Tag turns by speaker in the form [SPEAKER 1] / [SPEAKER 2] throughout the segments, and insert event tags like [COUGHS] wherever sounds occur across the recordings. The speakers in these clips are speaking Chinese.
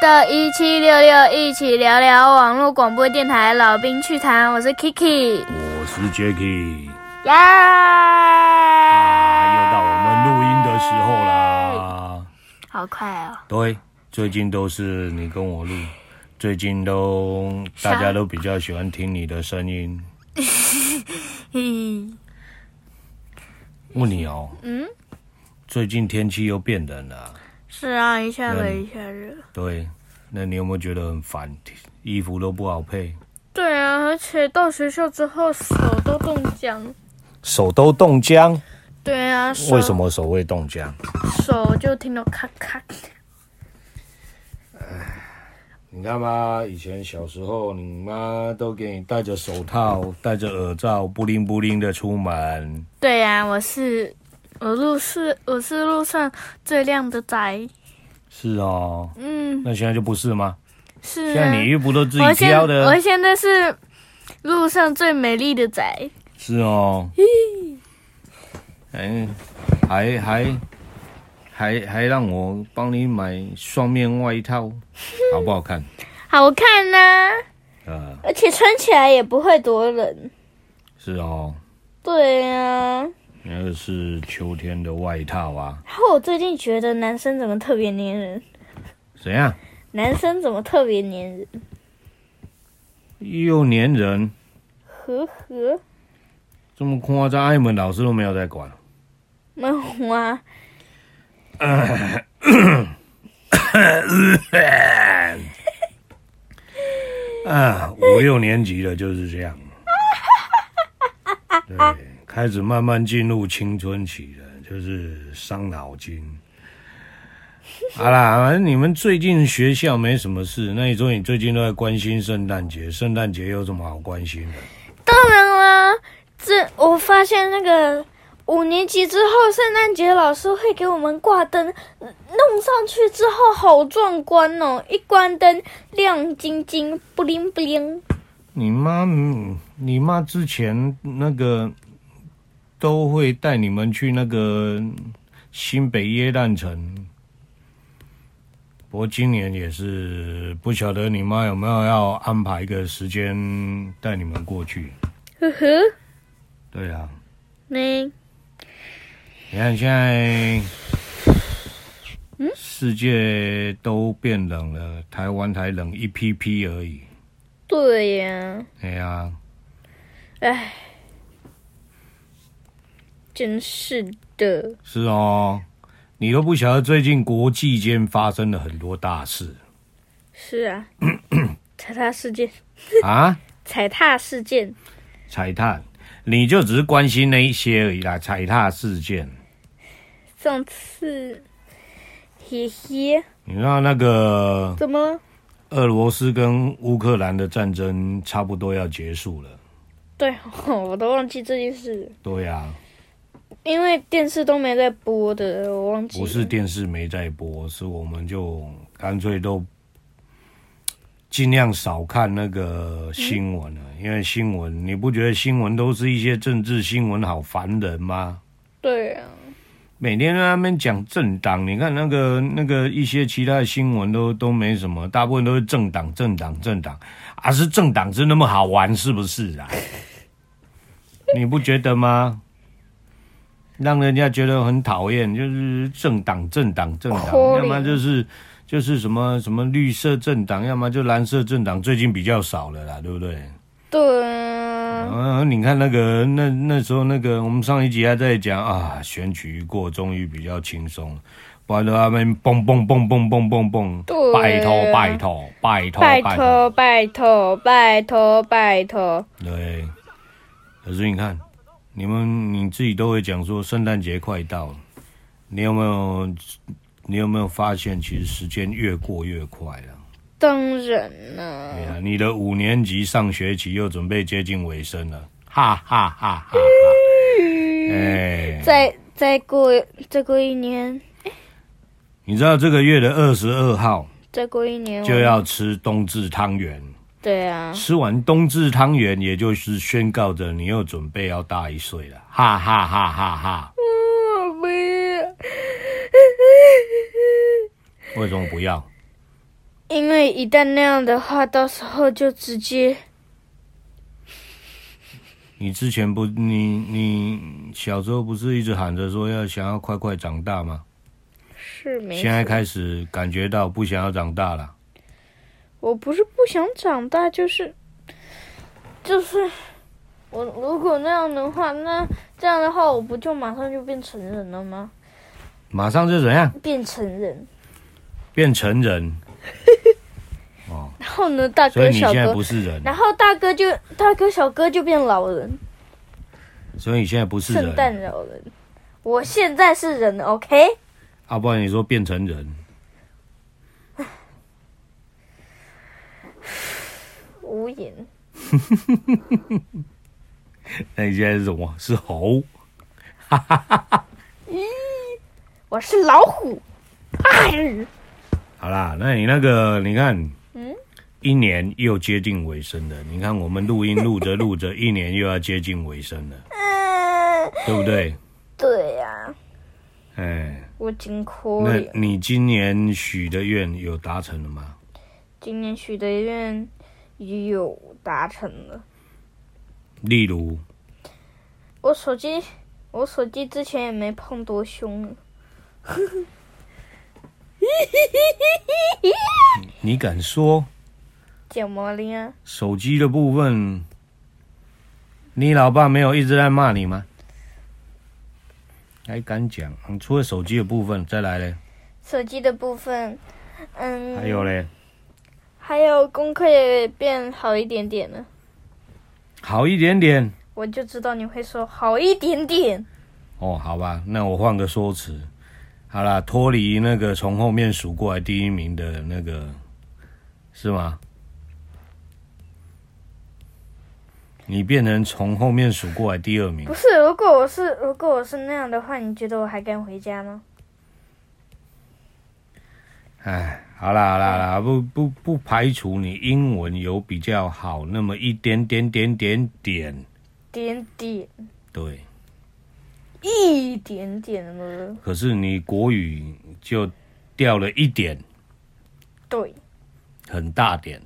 [SPEAKER 1] 的一七六六一起聊聊网络广播电台老兵趣谈，我是 Kiki
[SPEAKER 2] 我是 Jacky，啊，
[SPEAKER 1] 呀，
[SPEAKER 2] 又到我们录音的时候，啦。
[SPEAKER 1] 好快哦，
[SPEAKER 2] 对，最近都是你跟我录，最近都大家都比较喜欢听你的声音。
[SPEAKER 1] 嘿，
[SPEAKER 2] 问你哦，
[SPEAKER 1] 嗯，
[SPEAKER 2] 最近天气又变冷了，
[SPEAKER 1] 是啊，一下冷一下热，
[SPEAKER 2] 对，那你有没有觉得很烦？衣服都不好配，
[SPEAKER 1] 对啊，而且到学校之后手都冻僵，
[SPEAKER 2] 手都冻僵。
[SPEAKER 1] 对啊，手
[SPEAKER 2] 为什么手会冻僵？
[SPEAKER 1] 手就听到咔咔的？
[SPEAKER 2] 你知道吗？以前小时候，你妈都给你戴着手套、戴着耳罩，布灵布灵的出门。
[SPEAKER 1] 对啊，我是我路是我是路上最靓的仔，
[SPEAKER 2] 是哦，
[SPEAKER 1] 嗯，
[SPEAKER 2] 那现在就不是吗？
[SPEAKER 1] 是
[SPEAKER 2] 现
[SPEAKER 1] 啊，
[SPEAKER 2] 在你衣服都自
[SPEAKER 1] 我
[SPEAKER 2] 己
[SPEAKER 1] 现
[SPEAKER 2] 挑
[SPEAKER 1] 我
[SPEAKER 2] 的，
[SPEAKER 1] 现在是路上最美丽的仔，
[SPEAKER 2] 是哦。哎，还还还还让我帮你买双面
[SPEAKER 1] [LAUGHS]
[SPEAKER 2] 外套，好不好看？
[SPEAKER 1] 好看呐、
[SPEAKER 2] 呃，
[SPEAKER 1] 而且穿起来也不会多冷。
[SPEAKER 2] 是哦，
[SPEAKER 1] 对啊，
[SPEAKER 2] 那个是秋天的外套啊。
[SPEAKER 1] 然后我最近觉得男生怎么特别粘人，
[SPEAKER 2] 怎样？
[SPEAKER 1] 男生怎么特别粘人？
[SPEAKER 2] 又粘人，
[SPEAKER 1] 呵呵，
[SPEAKER 2] 这么夸张，啊你们老师都没有在管。
[SPEAKER 1] 没有啊，
[SPEAKER 2] 啊，五六年级了就是这样。对，开始慢慢进入青春期了，就是伤脑筋。好啦，反正你们最近学校没什么事，那你说你最近都在关心圣诞节，圣诞节有什么好关心的？
[SPEAKER 1] 当然啦、这我发现那个五年级之后，圣诞节老师会给我们挂灯，嗯弄上去之后好壮观哦！一关灯亮晶晶，不灵不灵。
[SPEAKER 2] 你妈，嗯你妈之前那个都会带你们去那个新北耶诞城，不过今年也是不晓得你妈有没有要安排一个时间带你们过去。
[SPEAKER 1] 呵呵，
[SPEAKER 2] 对啊，
[SPEAKER 1] 没
[SPEAKER 2] 你看现在世界都变冷了，台湾才冷一批批而已。
[SPEAKER 1] 对呀、
[SPEAKER 2] 哎呀、
[SPEAKER 1] 唉，真是的。
[SPEAKER 2] 是哦，你都不晓得最近国际间发生了很多大事
[SPEAKER 1] 是
[SPEAKER 2] [CLEARS THROAT]
[SPEAKER 1] 啊，踩踏事件，
[SPEAKER 2] 啊！
[SPEAKER 1] 踩踏事件，
[SPEAKER 2] 踩踏，你就只是关心那一些而已啦。踩踏事件，
[SPEAKER 1] 上次，嘿嘿，
[SPEAKER 2] 你知道那个
[SPEAKER 1] 怎么了？
[SPEAKER 2] 俄罗斯跟乌克兰的战争差不多要结束了，
[SPEAKER 1] 对， [LAUGHS] 我都忘记这件事，
[SPEAKER 2] 对啊呀、
[SPEAKER 1] 因为电视都没在播的，我忘记了。
[SPEAKER 2] 不是电视没在播，是我们就干脆都尽量少看那个新闻了，因为新闻你不觉得新闻都是一些政治新闻好烦人吗？
[SPEAKER 1] 对啊，
[SPEAKER 2] 每天在那边讲政党，你看那个那个一些其他的新闻都都没什么，大部分都是政党政党政党，啊是政党是那么好玩是不是
[SPEAKER 1] [LAUGHS]
[SPEAKER 2] 啊？你不觉得吗？让人家觉得很讨厌，就是政党政党政党，
[SPEAKER 1] 可怜
[SPEAKER 2] 要么就是就是什么什么绿色政党，要么就蓝色政党，最近比较少了啦，对不对？
[SPEAKER 1] 对啊，
[SPEAKER 2] 嗯、你看那个那那时候那个，我们上一集还在讲啊，选举过终于比较轻松了，不然都在那边蹦蹦蹦蹦蹦蹦蹦，
[SPEAKER 1] 对啊
[SPEAKER 2] 拜托拜托拜托
[SPEAKER 1] 拜
[SPEAKER 2] 托，
[SPEAKER 1] 托，拜托，拜托，拜托，
[SPEAKER 2] 对。可是你看，你们你自己都会讲说圣诞节快到了，你有没有你有没有发现，其实时间越过越快了？
[SPEAKER 1] 当然啦、
[SPEAKER 2] 哎呀，你的五年级上学期又准备接近尾声了，哈哈哈哈哈！哎，
[SPEAKER 1] 再再过再过一年，
[SPEAKER 2] 你知道这个月的二十二号
[SPEAKER 1] 再过一年
[SPEAKER 2] 就
[SPEAKER 1] 我
[SPEAKER 2] 要吃冬至汤圆，
[SPEAKER 1] 对啊，
[SPEAKER 2] 吃完冬至汤圆，也就是宣告着你又准备要大一岁了，哈哈哈哈哈！
[SPEAKER 1] 我不要。
[SPEAKER 2] 为什么不要？
[SPEAKER 1] 因为一旦那样的话，到时候就直接
[SPEAKER 2] 你之前不，你你小时候不是一直喊着说要想要快快长大吗？
[SPEAKER 1] 是没。
[SPEAKER 2] 现在开始感觉到不想要长大了。
[SPEAKER 1] 我不是不想长大，就是，就是，我如果那样的话，那这样的话，我不就马上就变成人了吗？
[SPEAKER 2] 马上就怎样
[SPEAKER 1] 变成人，
[SPEAKER 2] 变成人？哦，
[SPEAKER 1] 然后呢，大
[SPEAKER 2] 所
[SPEAKER 1] 哥
[SPEAKER 2] 以你
[SPEAKER 1] 小
[SPEAKER 2] 现在
[SPEAKER 1] 哥，
[SPEAKER 2] 不是人，
[SPEAKER 1] 然后大哥就大哥小哥就变老人，
[SPEAKER 2] 所以你现在不是
[SPEAKER 1] 圣诞
[SPEAKER 2] 人。
[SPEAKER 1] 老人。我现在是人，OK？
[SPEAKER 2] 啊，不然你说变成人，
[SPEAKER 1] 无言，
[SPEAKER 2] 那你现在是什么？是猴？
[SPEAKER 1] 我是老虎。哎，
[SPEAKER 2] 好啦，那你那个，你看，
[SPEAKER 1] 嗯
[SPEAKER 2] 一年又接近尾声了。你看我们录音录着录着，一年又要接近尾
[SPEAKER 1] [LAUGHS]
[SPEAKER 2] 声了，
[SPEAKER 1] 嗯，
[SPEAKER 2] 对不对？
[SPEAKER 1] 对呀、
[SPEAKER 2] 哎，
[SPEAKER 1] 我真可
[SPEAKER 2] 那
[SPEAKER 1] 怜。
[SPEAKER 2] 你今年许的愿有达成了吗？
[SPEAKER 1] 今年许的愿有达成了。
[SPEAKER 2] 例如，
[SPEAKER 1] 我手机，我手机之前也没碰多凶 [LAUGHS] 啊。
[SPEAKER 2] 你敢说
[SPEAKER 1] 怎么了呀？
[SPEAKER 2] 手机的部分，你老爸没有一直在骂你吗？还敢讲？嗯除了手机的部分，再来
[SPEAKER 1] 嗯
[SPEAKER 2] 嘞，
[SPEAKER 1] 手机的部分，嗯，
[SPEAKER 2] 还有嘞，
[SPEAKER 1] 还有功课也变好一点点了。
[SPEAKER 2] 好一点点
[SPEAKER 1] 我就知道你会说好一点点。
[SPEAKER 2] 哦，好吧，那我换个说辞，好啦，脱离那个从后面数过来第一名的那个，是吗？你变成从后面数过来第二名
[SPEAKER 1] 不，是，如果我是如果我是那样的话，你觉得我还敢回家吗？
[SPEAKER 2] 哎，好啦好啦好啦，不不不排除你英文有比较好那么一点点点点点，
[SPEAKER 1] 点点
[SPEAKER 2] 对，
[SPEAKER 1] 一点点了，
[SPEAKER 2] 可是你国语就掉了一点，
[SPEAKER 1] 对，
[SPEAKER 2] 很大点，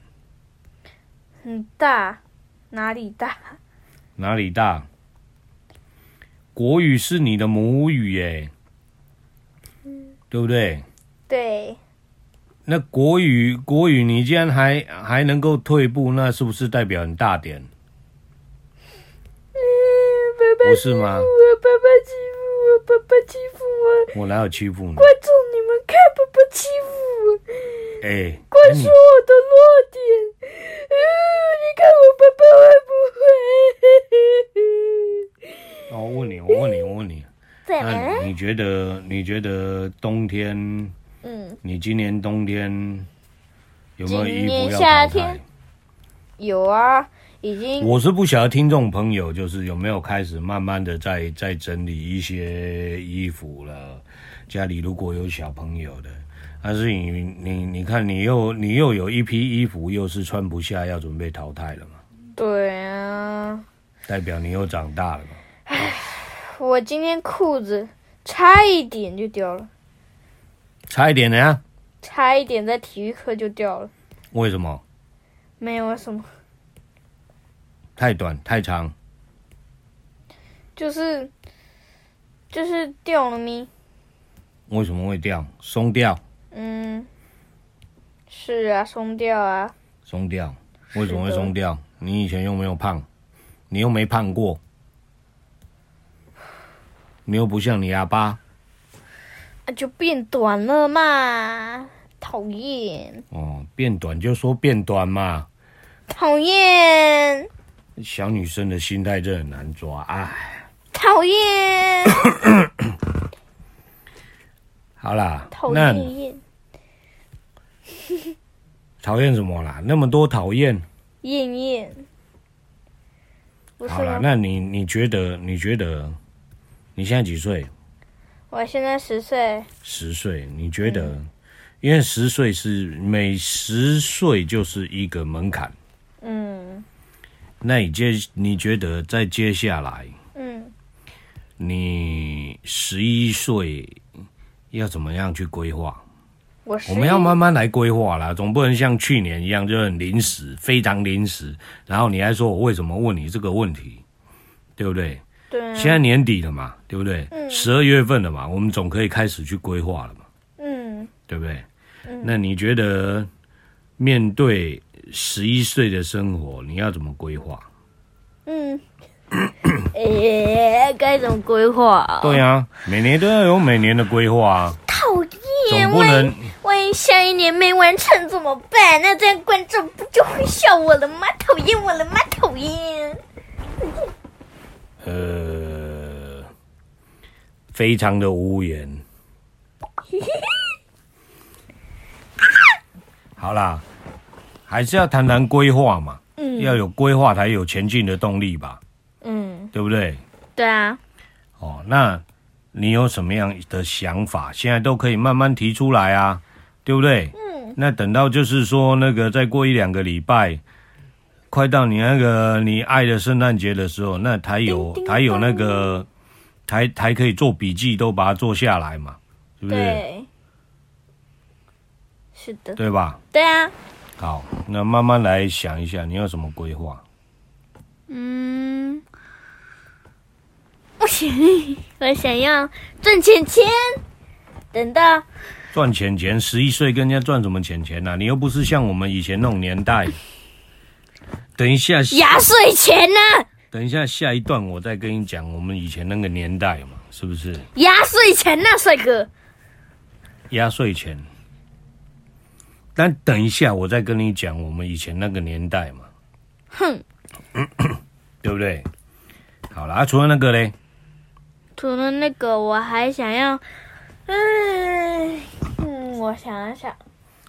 [SPEAKER 1] 很大，哪里大？
[SPEAKER 2] 哪里大？国语是你的母语耶，
[SPEAKER 1] 嗯
[SPEAKER 2] 对不对？
[SPEAKER 1] 对，
[SPEAKER 2] 那国语国语你既然还还能够退步，那是不是代表很大点？
[SPEAKER 1] 嗯，爸爸
[SPEAKER 2] 不是吗
[SPEAKER 1] 欺负我，爸爸欺负我，爸爸欺负我，
[SPEAKER 2] 我哪有欺负你？
[SPEAKER 1] 观众你们看，爸爸欺负我，
[SPEAKER 2] 哎、
[SPEAKER 1] 快
[SPEAKER 2] 那你
[SPEAKER 1] 说我的弱点，嗯，你看我爸爸会不会？
[SPEAKER 2] 哦我问你，我问你，我问你。
[SPEAKER 1] 怎
[SPEAKER 2] 那你觉得？你觉得冬天？
[SPEAKER 1] 嗯，
[SPEAKER 2] 你今年冬天有没有
[SPEAKER 1] 今
[SPEAKER 2] 衣
[SPEAKER 1] 年
[SPEAKER 2] 服要
[SPEAKER 1] 夏
[SPEAKER 2] 淘
[SPEAKER 1] 天
[SPEAKER 2] 汰？
[SPEAKER 1] 有啊，已经
[SPEAKER 2] 我是不晓得听众朋友就是有没有开始慢慢的在在整理一些衣服了。家里如果有小朋友的，但是你你你看你又你又有一批衣服又是穿不下，要准备淘汰了嘛，
[SPEAKER 1] 对啊，
[SPEAKER 2] 代表你又长大了嘛。
[SPEAKER 1] 我今天裤子差一点就掉了，
[SPEAKER 2] 差一点呢、啊？
[SPEAKER 1] 差一点在体育课就掉了，
[SPEAKER 2] 为什么？
[SPEAKER 1] 没有啊什么，
[SPEAKER 2] 太短太长？
[SPEAKER 1] 就是就是掉了咪。
[SPEAKER 2] 为什么会掉？松掉
[SPEAKER 1] 嗯，是啊，松掉啊，
[SPEAKER 2] 松掉？为什么会
[SPEAKER 1] 是的
[SPEAKER 2] 松掉？你以前又没有胖，你又没胖过，你又不像你阿爸。
[SPEAKER 1] 啊就变短了嘛，讨厌，
[SPEAKER 2] 哦，变短就说变短嘛，
[SPEAKER 1] 讨厌，
[SPEAKER 2] 小女生的心态真的很难抓。哎，
[SPEAKER 1] 讨厌，
[SPEAKER 2] 好啦，
[SPEAKER 1] 讨
[SPEAKER 2] 那
[SPEAKER 1] 厌，
[SPEAKER 2] 讨厌什么啦？那么多讨厌。
[SPEAKER 1] 厌厌，不是啊
[SPEAKER 2] 好啦，
[SPEAKER 1] 吗？
[SPEAKER 2] 那你你觉得？你觉得你现在几岁？
[SPEAKER 1] 我现在十岁，
[SPEAKER 2] 十岁？你觉得？
[SPEAKER 1] 嗯
[SPEAKER 2] 因为十岁是每十岁就是一个门槛。
[SPEAKER 1] 嗯
[SPEAKER 2] 那你接你觉得在接下来，
[SPEAKER 1] 嗯，
[SPEAKER 2] 你十一岁要怎么样去规划？
[SPEAKER 1] 我是
[SPEAKER 2] 我们要慢慢来规划啦，总不能像去年一样就很临时，非常临时。然后你还说我为什么问你这个问题，对不对？
[SPEAKER 1] 对啊，
[SPEAKER 2] 现在年底了嘛，对不对？十二、月份了嘛，我们总可以开始去规划了嘛，
[SPEAKER 1] 嗯，
[SPEAKER 2] 对不对？那你觉得面对十一岁的生活，你要怎么规划？
[SPEAKER 1] 嗯， [COUGHS] 诶、该怎么规划啊？
[SPEAKER 2] 对啊，每年都要有每年的规划啊，
[SPEAKER 1] 讨厌，
[SPEAKER 2] 总不
[SPEAKER 1] 万
[SPEAKER 2] 能
[SPEAKER 1] 一万一下一年没完成怎么办？那这样观众不就会笑我了吗？讨厌我了吗？讨厌。
[SPEAKER 2] 呃，非常的
[SPEAKER 1] [LAUGHS]
[SPEAKER 2] 无言。好啦，还是要谈谈规划嘛，
[SPEAKER 1] 嗯
[SPEAKER 2] 要有规划才有前进的动力吧，
[SPEAKER 1] 嗯，
[SPEAKER 2] 对不对？
[SPEAKER 1] 对啊，
[SPEAKER 2] 哦，那你有什么样的想法？现在都可以慢慢提出来啊，对不对？嗯。那等到就是说那个再过一两个礼拜，快到你那个你爱的圣诞节的时候，那才有
[SPEAKER 1] 叮叮
[SPEAKER 2] 才有那个才才可以做笔记，都把它做下来嘛，对不对？
[SPEAKER 1] 对，是的，
[SPEAKER 2] 对吧？
[SPEAKER 1] 对啊，
[SPEAKER 2] 好，那慢慢来想一下，你有什么规划？
[SPEAKER 1] 嗯，不行，我想要赚钱钱，等到
[SPEAKER 2] 赚钱钱，十一岁跟人家赚什么钱钱呐、你又不是像我们以前那种年代。等一下，
[SPEAKER 1] 压岁钱呢、
[SPEAKER 2] 等一下，下一段我再跟你讲我们以前那个年代嘛，是不是
[SPEAKER 1] 压岁钱呢、帅哥，
[SPEAKER 2] 压岁钱？但等一下，我再跟你讲我们以前那个年代嘛，
[SPEAKER 1] 哼，
[SPEAKER 2] [COUGHS] 对不对？好了，啊，除了那个嘞，
[SPEAKER 1] 除了那个，我还想要，嗯嗯，我想想，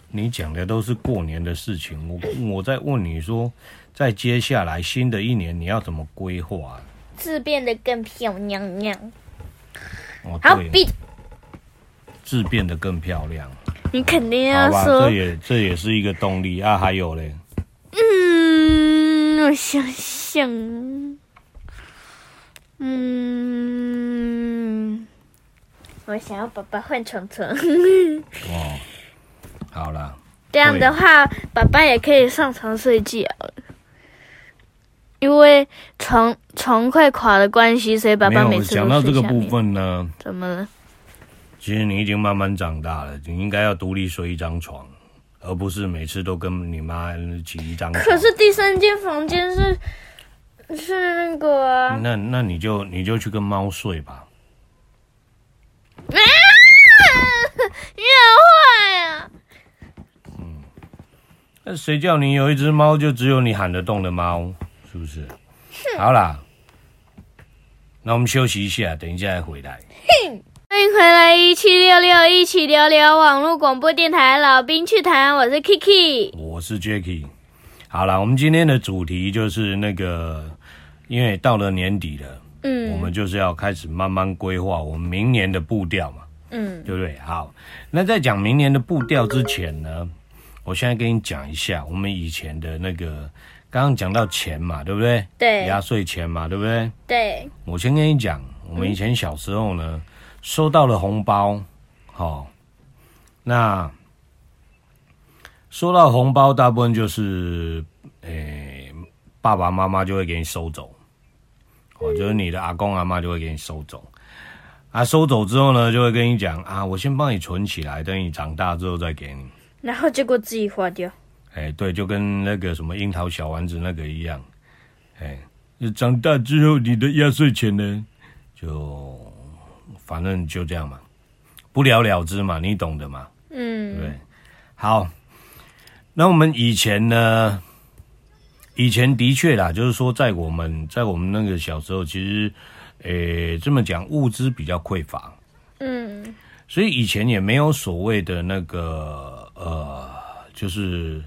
[SPEAKER 2] 你讲的都是过年的事情，我我在问你说，在接下来新的一年你要怎么规划？
[SPEAKER 1] 字变得更漂亮亮。
[SPEAKER 2] 哦，
[SPEAKER 1] 好，
[SPEAKER 2] 对，
[SPEAKER 1] 闭，
[SPEAKER 2] 字变得更漂亮，
[SPEAKER 1] 你肯定
[SPEAKER 2] 好
[SPEAKER 1] 要
[SPEAKER 2] 吧？
[SPEAKER 1] 说
[SPEAKER 2] 这，也这也是一个动力啊。还有嘞，
[SPEAKER 1] 嗯，我想想，嗯，我想要爸爸换床床， [LAUGHS]
[SPEAKER 2] 哦，好了。
[SPEAKER 1] 这样的话，爸爸也可以上床睡觉了。因为床床快垮的关系，所以爸
[SPEAKER 2] 没
[SPEAKER 1] 爸
[SPEAKER 2] 有
[SPEAKER 1] 每次
[SPEAKER 2] 讲
[SPEAKER 1] 都
[SPEAKER 2] 到
[SPEAKER 1] 睡
[SPEAKER 2] 这个
[SPEAKER 1] 下
[SPEAKER 2] 部
[SPEAKER 1] 面。
[SPEAKER 2] 分呢，
[SPEAKER 1] 怎么了？
[SPEAKER 2] 嗯其实你已经慢慢长大了，你应该要独立睡一张床，而不是每次都跟你妈挤一张床。
[SPEAKER 1] 可是第三间房间是是那个啊、
[SPEAKER 2] 那那你就你就去跟猫睡吧。
[SPEAKER 1] 啊！ [LAUGHS] 你好坏啊！
[SPEAKER 2] 那谁叫你有一只猫，就只有你喊得动的猫，是不是？好啦，那我们休息一下，等一下再回来。
[SPEAKER 1] 欢迎回来一七六六，一起聊聊网络广播电台老兵趣谈，我是 Kiki。
[SPEAKER 2] 我是 Jacky。好啦，我们今天的主题就是那个，因为到了年底了，我
[SPEAKER 1] 嗯
[SPEAKER 2] 们就是要开始慢慢规划我们明年的步调嘛。
[SPEAKER 1] 嗯，
[SPEAKER 2] 对不对？好，那在讲明年的步调之前呢，我现在跟你讲一下我们以前的那个，刚刚讲到钱嘛，对不对？
[SPEAKER 1] 对
[SPEAKER 2] 压岁钱嘛，对不对？
[SPEAKER 1] 对，
[SPEAKER 2] 我先跟你讲，我们以前小时候呢，收到了红包，好、那收到红包，大部分就是，诶、爸爸妈妈就会给你收走，哦，就是你的阿公阿妈就会给你收走，啊，收走之后呢，就会跟你讲啊，我先帮你存起来，等你长大之后再给你，
[SPEAKER 1] 然后结果自己花掉。
[SPEAKER 2] 哎、对，就跟那个什么樱桃小丸子那个一样，哎、长大之后你的压岁钱呢，就反正就这样嘛，不了了之嘛，你懂的嘛，对不
[SPEAKER 1] 嗯
[SPEAKER 2] 对？好，那我们以前呢，以前的确啦，就是说在我们在我们那个小时候，其实，诶、这么讲，物资比较匮乏，
[SPEAKER 1] 嗯
[SPEAKER 2] 所以以前也没有所谓的那个呃，就是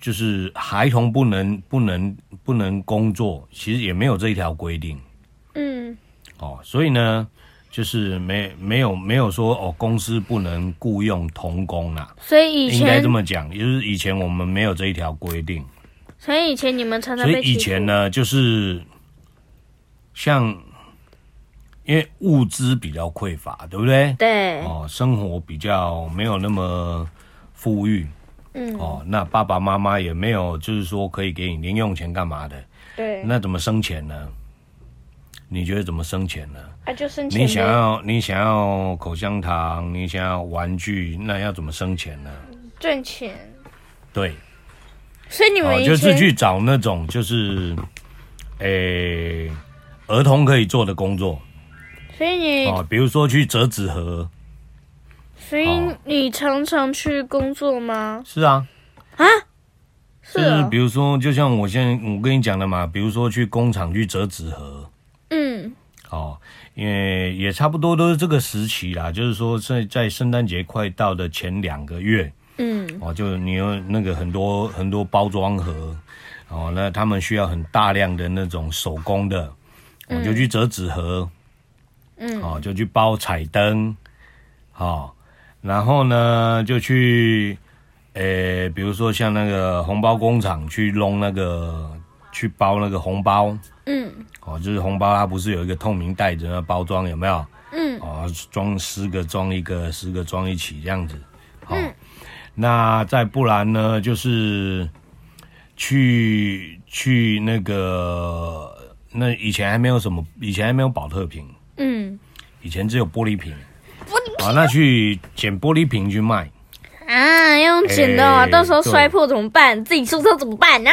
[SPEAKER 2] 就是孩童不能不能不能工作，其实也没有这一条规定
[SPEAKER 1] 嗯
[SPEAKER 2] 哦。所以呢，就是没没有没有说哦，公司不能雇佣童工啦、
[SPEAKER 1] 所以以
[SPEAKER 2] 应该
[SPEAKER 1] 前
[SPEAKER 2] 这，么讲，就是以前我们没有这一条规定。
[SPEAKER 1] 所以以前你们常常
[SPEAKER 2] 所
[SPEAKER 1] 被
[SPEAKER 2] 以
[SPEAKER 1] 欺
[SPEAKER 2] 以
[SPEAKER 1] 负
[SPEAKER 2] 前呢，就是像因为物资比较匮乏，对不对？
[SPEAKER 1] 对，
[SPEAKER 2] 哦，生活比较没有那么富裕，
[SPEAKER 1] 嗯，
[SPEAKER 2] 哦，那爸爸妈妈也没有，就是说可以给你零用钱干嘛的，
[SPEAKER 1] 对，
[SPEAKER 2] 那怎么生钱呢？你觉得怎么生钱呢？
[SPEAKER 1] 啊，就生钱呗。
[SPEAKER 2] 你想要你想要口香糖，你想要玩具，那要怎么生钱呢？
[SPEAKER 1] 赚钱，
[SPEAKER 2] 对，
[SPEAKER 1] 所以你们
[SPEAKER 2] 哦，
[SPEAKER 1] 以
[SPEAKER 2] 就是
[SPEAKER 1] 前
[SPEAKER 2] 去找那种就是，诶、儿童可以做的工作
[SPEAKER 1] 所以你，
[SPEAKER 2] 哦，比如说去折纸盒，
[SPEAKER 1] 所以
[SPEAKER 2] 哦
[SPEAKER 1] 你常常去工作吗？
[SPEAKER 2] 是啊，
[SPEAKER 1] 是
[SPEAKER 2] 就是啊
[SPEAKER 1] 哦，
[SPEAKER 2] 比如说，就像我现在我跟你讲的嘛，比如说去工厂去折纸盒。
[SPEAKER 1] 嗯，
[SPEAKER 2] 哦，也也差不多都是这个时期啦，就是说在在圣诞节快到的前两个月，
[SPEAKER 1] 嗯，
[SPEAKER 2] 哦，就你有那个很多很多包装盒，哦，那他们需要很大量的那种手工的，我、哦、就去折纸盒，
[SPEAKER 1] 嗯，
[SPEAKER 2] 哦，就去包彩灯，哦，然后呢就去，呃，比如说像那个红包工厂去弄那个去包那个红包，
[SPEAKER 1] 嗯，
[SPEAKER 2] 哦，就是红包它不是有一个透明袋子那包装有没有？
[SPEAKER 1] 嗯，
[SPEAKER 2] 哦，装十个装一个，十个装一起这样子。哦，
[SPEAKER 1] 嗯
[SPEAKER 2] 那再不然呢，就是去去那个那以前还没有什么，以前还没有保特瓶，
[SPEAKER 1] 嗯，
[SPEAKER 2] 以前只有玻璃瓶。啊，那去捡玻璃瓶去卖，
[SPEAKER 1] 啊，用剪刀啊，
[SPEAKER 2] 哎
[SPEAKER 1] 到时候摔破怎么办？自己受伤怎么办啊？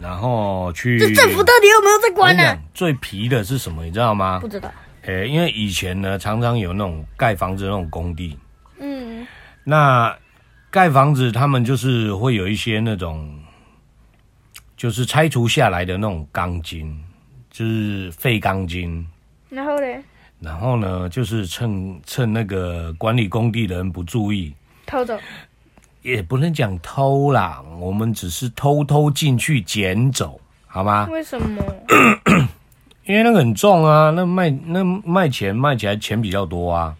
[SPEAKER 2] 然后去
[SPEAKER 1] 这政府到底有没有在
[SPEAKER 2] 我跟
[SPEAKER 1] 管
[SPEAKER 2] 你
[SPEAKER 1] 呢
[SPEAKER 2] 讲？最皮的是什么，你知道吗
[SPEAKER 1] 不？知道，
[SPEAKER 2] 诶、因为以前呢，常常有那种盖房子的那种工地，
[SPEAKER 1] 嗯，
[SPEAKER 2] 那盖房子，他们就是会有一些那种，就是拆除下来的那种钢筋，就是废钢筋。
[SPEAKER 1] 然后嘞，
[SPEAKER 2] 然后呢，就是趁趁那个管理工地的人不注意，
[SPEAKER 1] 偷走，
[SPEAKER 2] 也不能讲偷啦，我们只是偷偷进去捡走，好吗？
[SPEAKER 1] 为什么？
[SPEAKER 2] 因为那个很重啊，那卖那卖钱卖起来钱比较多啊。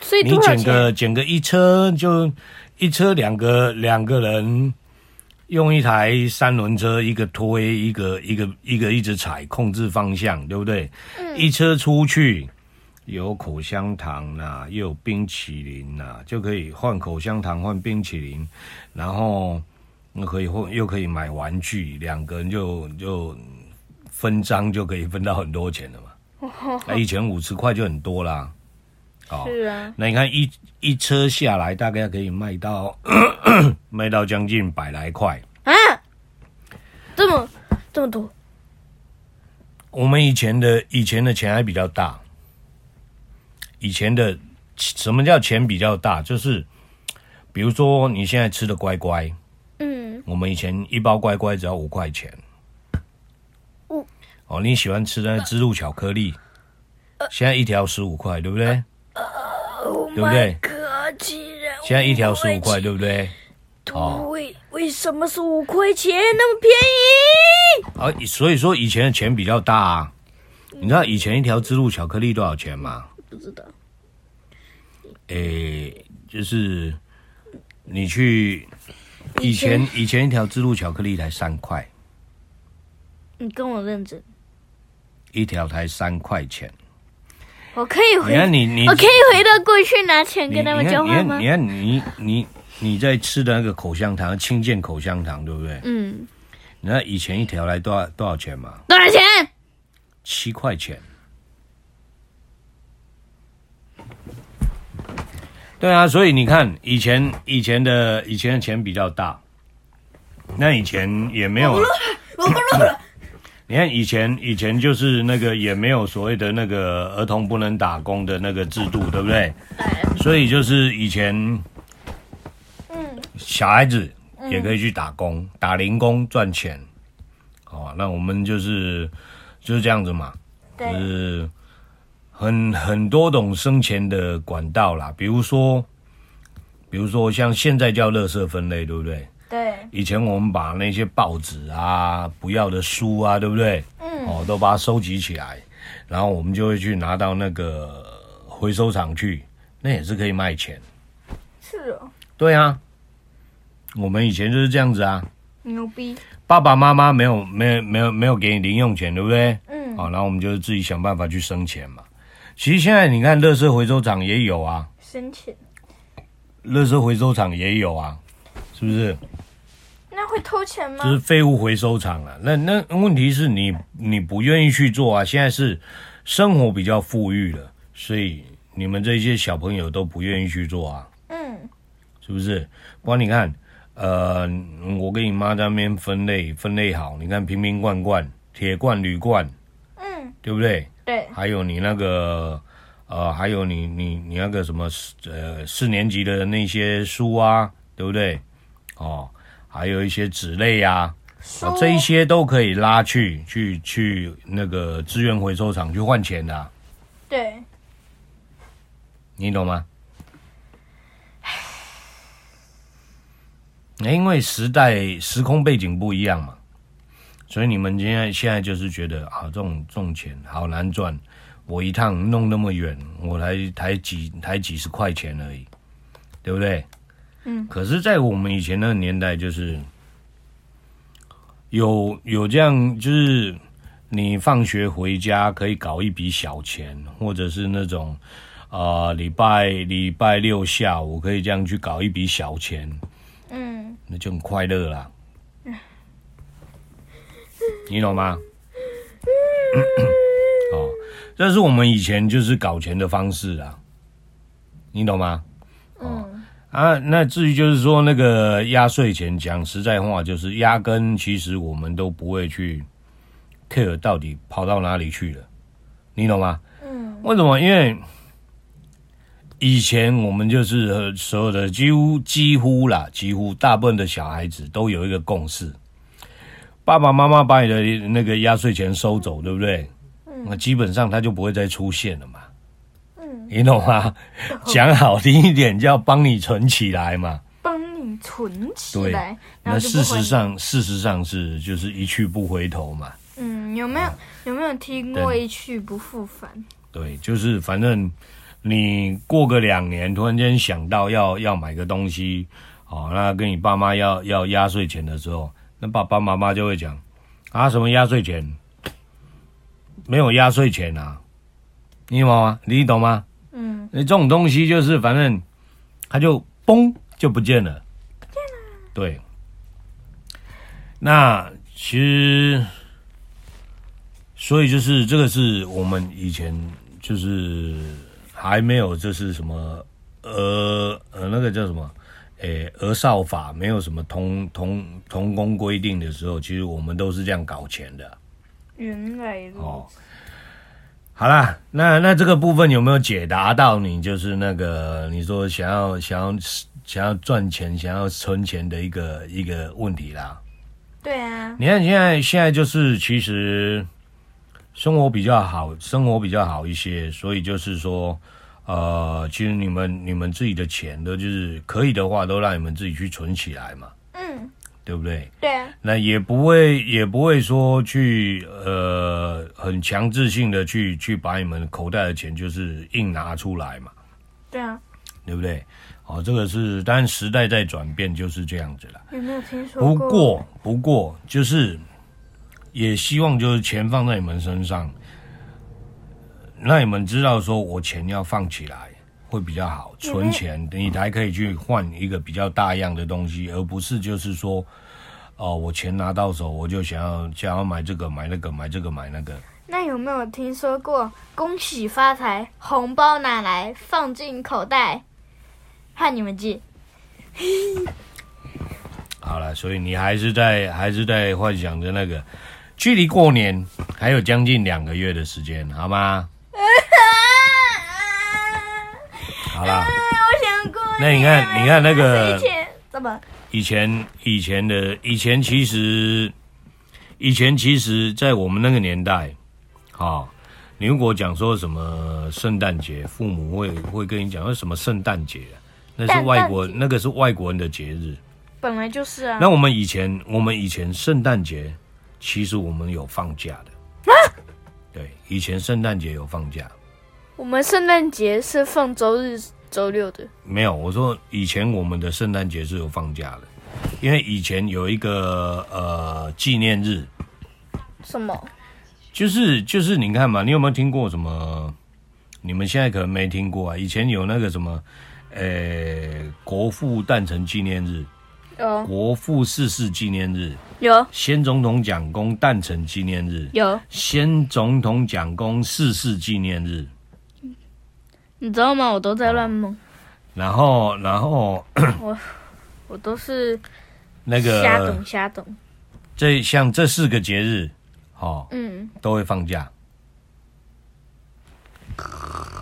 [SPEAKER 1] 所以
[SPEAKER 2] 你
[SPEAKER 1] 多少
[SPEAKER 2] 捡
[SPEAKER 1] 钱？
[SPEAKER 2] 个捡个一车就一车两个两个人用一台三轮车，一个推一个一个一个一直踩控制方向，对不对？
[SPEAKER 1] 嗯
[SPEAKER 2] 一车出去有口香糖啦、又有冰淇淋啦、就可以换口香糖换冰淇淋，然后又可以换又可以买玩具，两个人就就分赃就可以分到很多钱了嘛。
[SPEAKER 1] [LAUGHS]
[SPEAKER 2] 那以前五十块就很多啦。哦
[SPEAKER 1] 是啊，
[SPEAKER 2] 那你看一一车下来，大概可以卖到 [COUGHS] 卖到将近百来块。
[SPEAKER 1] 啊，这么这么多，
[SPEAKER 2] 我们以前的以前的钱还比较大，以前的什么叫钱比较大？就是比如说你现在吃的乖乖，
[SPEAKER 1] 嗯，
[SPEAKER 2] 我们以前一包乖乖只要五块钱。
[SPEAKER 1] 五
[SPEAKER 2] 哦，你喜欢吃的那芝露巧克力，现在一条十五块，对不对？对不对？
[SPEAKER 1] 可竟然
[SPEAKER 2] 现在一条十五块，对不对？哦
[SPEAKER 1] 为为什么是五块钱那么便宜？
[SPEAKER 2] 啊，所以说以前的钱比较大、啊。你知道以前一条之路巧克力多少钱吗？
[SPEAKER 1] 不知道，
[SPEAKER 2] 诶、就是你去以前以前一条之路巧克力才三块，
[SPEAKER 1] 你跟我认真，
[SPEAKER 2] 一条才三块钱。
[SPEAKER 1] 我可以
[SPEAKER 2] 你
[SPEAKER 1] 回，
[SPEAKER 2] 看你你
[SPEAKER 1] 我可以回到过去拿钱
[SPEAKER 2] 你
[SPEAKER 1] 跟
[SPEAKER 2] 你
[SPEAKER 1] 他
[SPEAKER 2] 看
[SPEAKER 1] 们交
[SPEAKER 2] 你
[SPEAKER 1] 换吗
[SPEAKER 2] 看你？看你你你在吃的那个口香糖，清健口香糖，对不对？
[SPEAKER 1] 嗯，
[SPEAKER 2] 你看以前一条来多少多少钱嘛？
[SPEAKER 1] 多少钱？
[SPEAKER 2] 七块钱。对啊，所以你看，以前以前的以前的钱比较大，那以前也没有，
[SPEAKER 1] 我不录了。
[SPEAKER 2] 你看以前以前就是那个也没有所谓的那个儿童不能打工的那个制度，对不对？所以就是以前
[SPEAKER 1] 嗯，
[SPEAKER 2] 小孩子也可以去打工，打零工赚钱。哦，那我们就是就是这样子嘛，就
[SPEAKER 1] 对，
[SPEAKER 2] 是很很多种生前的管道啦，比如说，比如说像现在叫垃圾分类，对不对？
[SPEAKER 1] 对，
[SPEAKER 2] 以前我们把那些报纸啊、不要的书啊，对不对？
[SPEAKER 1] 嗯，
[SPEAKER 2] 哦，都把它收集起来，然后我们就会去拿到那个回收厂去，那也是可以卖钱。
[SPEAKER 1] 是哦，
[SPEAKER 2] 对啊，我们以前就是这样子啊。
[SPEAKER 1] 牛逼。
[SPEAKER 2] 爸爸妈妈没有没有没有没有给你零用钱，对不对？哦
[SPEAKER 1] 嗯
[SPEAKER 2] 好、然后我们就是自己想办法去生钱嘛。其实现在你看，乐色回收厂也有啊，
[SPEAKER 1] 申请，
[SPEAKER 2] 乐色回收厂也有啊，是不是？
[SPEAKER 1] 那会偷钱吗
[SPEAKER 2] 就？是废物回收厂啊。那那问题是你你不愿意去做啊。现在是生活比较富裕了，所以你们这些小朋友都不愿意去做啊，
[SPEAKER 1] 嗯，
[SPEAKER 2] 是不是？不然你看，呃，我跟你妈在那边分类分类好，你看瓶瓶罐罐、铁罐、铝罐，
[SPEAKER 1] 嗯，
[SPEAKER 2] 对不对？
[SPEAKER 1] 对，
[SPEAKER 2] 还有你那个。呃，还有你你你那个什么呃四年级的那些书啊，对不对？哦，还有一些纸类啊，
[SPEAKER 1] 书
[SPEAKER 2] 哦，这一些都可以拉去去去那个资源回收厂去换钱的啊、
[SPEAKER 1] 对，
[SPEAKER 2] 你懂吗？因为时代时空背景不一样嘛，所以你们现在现在就是觉得啊，这种这种钱好难赚，我一趟弄那么远，我才才几才几十块钱而已，对不对？
[SPEAKER 1] 嗯。
[SPEAKER 2] 可是，在我们以前那个年代，就是有有这样，就是你放学回家可以搞一笔小钱，或者是那种啊，礼拜礼拜六下午可以这样去搞一笔小钱，
[SPEAKER 1] 嗯，
[SPEAKER 2] 那就很快乐啦。你懂吗？ [COUGHS] 哦，这是我们以前就是搞钱的方式啊，你懂吗？哦、啊，那至于就是说那个压岁钱，讲实在话，就是压根其实我们都不会去 care 到底跑到哪里去了，你懂吗？
[SPEAKER 1] 嗯，
[SPEAKER 2] 为什么？因为以前我们就是呃所有的几乎几乎啦，几乎大部分的小孩子都有一个共识：爸爸妈妈把你的那个压岁钱收走，对不对？那、基本上他就不会再出现了嘛。
[SPEAKER 1] 嗯，
[SPEAKER 2] 你懂
[SPEAKER 1] [LAUGHS]
[SPEAKER 2] 吗？讲好听一点，叫帮你存起来嘛。
[SPEAKER 1] 帮你存起
[SPEAKER 2] 对
[SPEAKER 1] 来，然
[SPEAKER 2] 那
[SPEAKER 1] 后就不
[SPEAKER 2] 事
[SPEAKER 1] 会
[SPEAKER 2] 实，上，事实上是就是一去不回头嘛。
[SPEAKER 1] 嗯，有没有有没有听过
[SPEAKER 2] 对
[SPEAKER 1] 一去不复返？
[SPEAKER 2] 对，就是反正你过个两年，突然间想到要要买个东西，哦，那跟你爸妈要要压岁钱的时候，那爸爸妈妈就会讲啊，什么压岁钱？没有压岁钱啊，你懂吗？啊你懂吗？
[SPEAKER 1] 嗯，
[SPEAKER 2] 那这种东西就是反正它就嘣就不见了，对。那其实，所以就是这个是我们以前就是还没有就是什么呃呃那个叫什么。诶，儿少法没有什么同同同工规定的时候，其实我们都是这样搞钱的。
[SPEAKER 1] 原来如
[SPEAKER 2] 哦
[SPEAKER 1] 此，
[SPEAKER 2] 好啦，那那这个部分有没有解答到你？就是那个你说想要想要想要赚钱、想要存钱的一个一个问题啦。
[SPEAKER 1] 对啊，
[SPEAKER 2] 你看现在现在就是其实生活比较好，生活比较好一些，所以就是说，呃，其实你们你们自己的钱都就是可以的话，都让你们自己去存起来嘛，
[SPEAKER 1] 嗯，
[SPEAKER 2] 对不对？
[SPEAKER 1] 对啊，
[SPEAKER 2] 那也不会也不会说去呃很强制性的去去把你们口袋的钱就是硬拿出来嘛，
[SPEAKER 1] 对啊，
[SPEAKER 2] 对不对？哦，这个是当然时代在转变就是这样子了。
[SPEAKER 1] 有没有听说
[SPEAKER 2] 不过不过就是也希望就是钱放在你们身上，让你们知道说我钱要放起来会比较好，
[SPEAKER 1] 有没
[SPEAKER 2] 存钱你才可以去换一个比较大样的东西，而不是就是说。哦，我钱拿到手，我就想要想要买这个买那个买这个买那个，
[SPEAKER 1] 那有没有听说过“恭喜发财”？红包拿来放进口袋，和你们借。
[SPEAKER 2] 好了，所以你还是在还是在幻想着那个，距离过年还有将近两个月的时间，好吗？好
[SPEAKER 1] [LAUGHS]
[SPEAKER 2] 啦，
[SPEAKER 1] 哎我想过。哎
[SPEAKER 2] 那你看你看那个
[SPEAKER 1] 谁欠怎么？
[SPEAKER 2] 以前以前的以前其实，以前其实，在我们那个年代，哦，你如果讲说什么圣诞节，父母会会跟你讲说什么圣诞节啊、那是外国
[SPEAKER 1] 蛋
[SPEAKER 2] 那个是外国人的节日。
[SPEAKER 1] 本来就是啊。
[SPEAKER 2] 那我们以前我们以前圣诞节，其实我们有放假的。对，以前圣诞节有放假，
[SPEAKER 1] 我们圣诞节是放周日、周六的。
[SPEAKER 2] 没有，我说以前我们的圣诞节是有放假的，因为以前有一个呃纪念日，
[SPEAKER 1] 什么？
[SPEAKER 2] 就是就是，你看嘛，你有没有听过什么？你们现在可能没听过啊。以前有那个什么，呃，国父诞辰纪念日、
[SPEAKER 1] 有
[SPEAKER 2] 国父逝世纪念日、
[SPEAKER 1] 有
[SPEAKER 2] 先总统蒋公诞辰纪念日、
[SPEAKER 1] 有，
[SPEAKER 2] 先总统蒋公逝世纪念日，
[SPEAKER 1] 你知道吗？我都在乱蒙，
[SPEAKER 2] 然后然后
[SPEAKER 1] 我都是
[SPEAKER 2] 那
[SPEAKER 1] 瞎懂
[SPEAKER 2] 个
[SPEAKER 1] 瞎懂。
[SPEAKER 2] 这像这四个节日，哦，
[SPEAKER 1] 嗯，
[SPEAKER 2] 都会放假。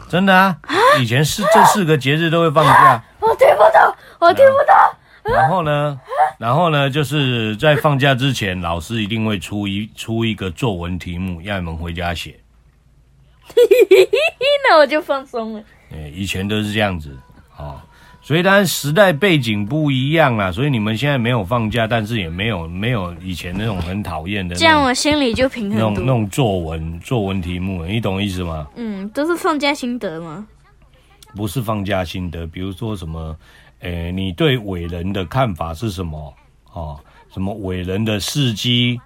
[SPEAKER 2] 真的啊，以前是这四个节日都会放假。
[SPEAKER 1] 我听不懂，我听不懂。
[SPEAKER 2] 然后呢，然后呢，就是在放假之前，老师一定会出一出一个作文题目，要你们回家写。
[SPEAKER 1] 那我就放松了。
[SPEAKER 2] 诶，哎以前都是这样子哦。所以当然时代背景不一样啦，所以你们现在没有放假，但是也没有没有以前那种很讨厌的
[SPEAKER 1] 这
[SPEAKER 2] 那
[SPEAKER 1] 样
[SPEAKER 2] 种
[SPEAKER 1] 我心里就平
[SPEAKER 2] 那种
[SPEAKER 1] 衡
[SPEAKER 2] 那
[SPEAKER 1] 多。
[SPEAKER 2] 种作文作文题目，你懂意思吗？
[SPEAKER 1] 嗯，都是放假心得嘛。
[SPEAKER 2] 不是放假心得，比如说什么，诶、你对伟人的看法是什么？哦，什么伟人的事迹？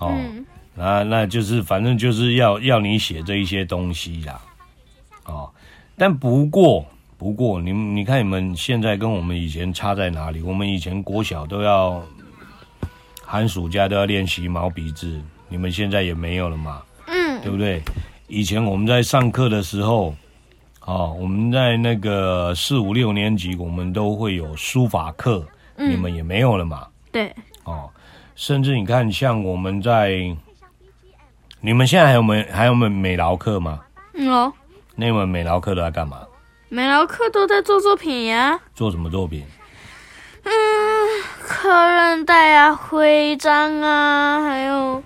[SPEAKER 2] 哦，
[SPEAKER 1] 嗯
[SPEAKER 2] 那那就是反正就是要要你写这一些东西啦，哦，但不过不过你你看你们现在跟我们以前差在哪里？我们以前国小都要寒暑假都要练习毛笔字，你们现在也没有了嘛，
[SPEAKER 1] 嗯
[SPEAKER 2] 对不对？以前我们在上课的时候，哦，我们在那个四五六年级，我们都会有书法课，你
[SPEAKER 1] 嗯，
[SPEAKER 2] 们也没有了嘛，
[SPEAKER 1] 对，
[SPEAKER 2] 哦，甚至你看，像我们在，你们现在还有没还有没有美劳课吗？
[SPEAKER 1] 嗯哦，
[SPEAKER 2] 那你们美劳课都在干嘛？
[SPEAKER 1] 美劳课都在做作品呀、
[SPEAKER 2] 做什么作品？
[SPEAKER 1] 嗯，科韧带啊，徽章啊，还有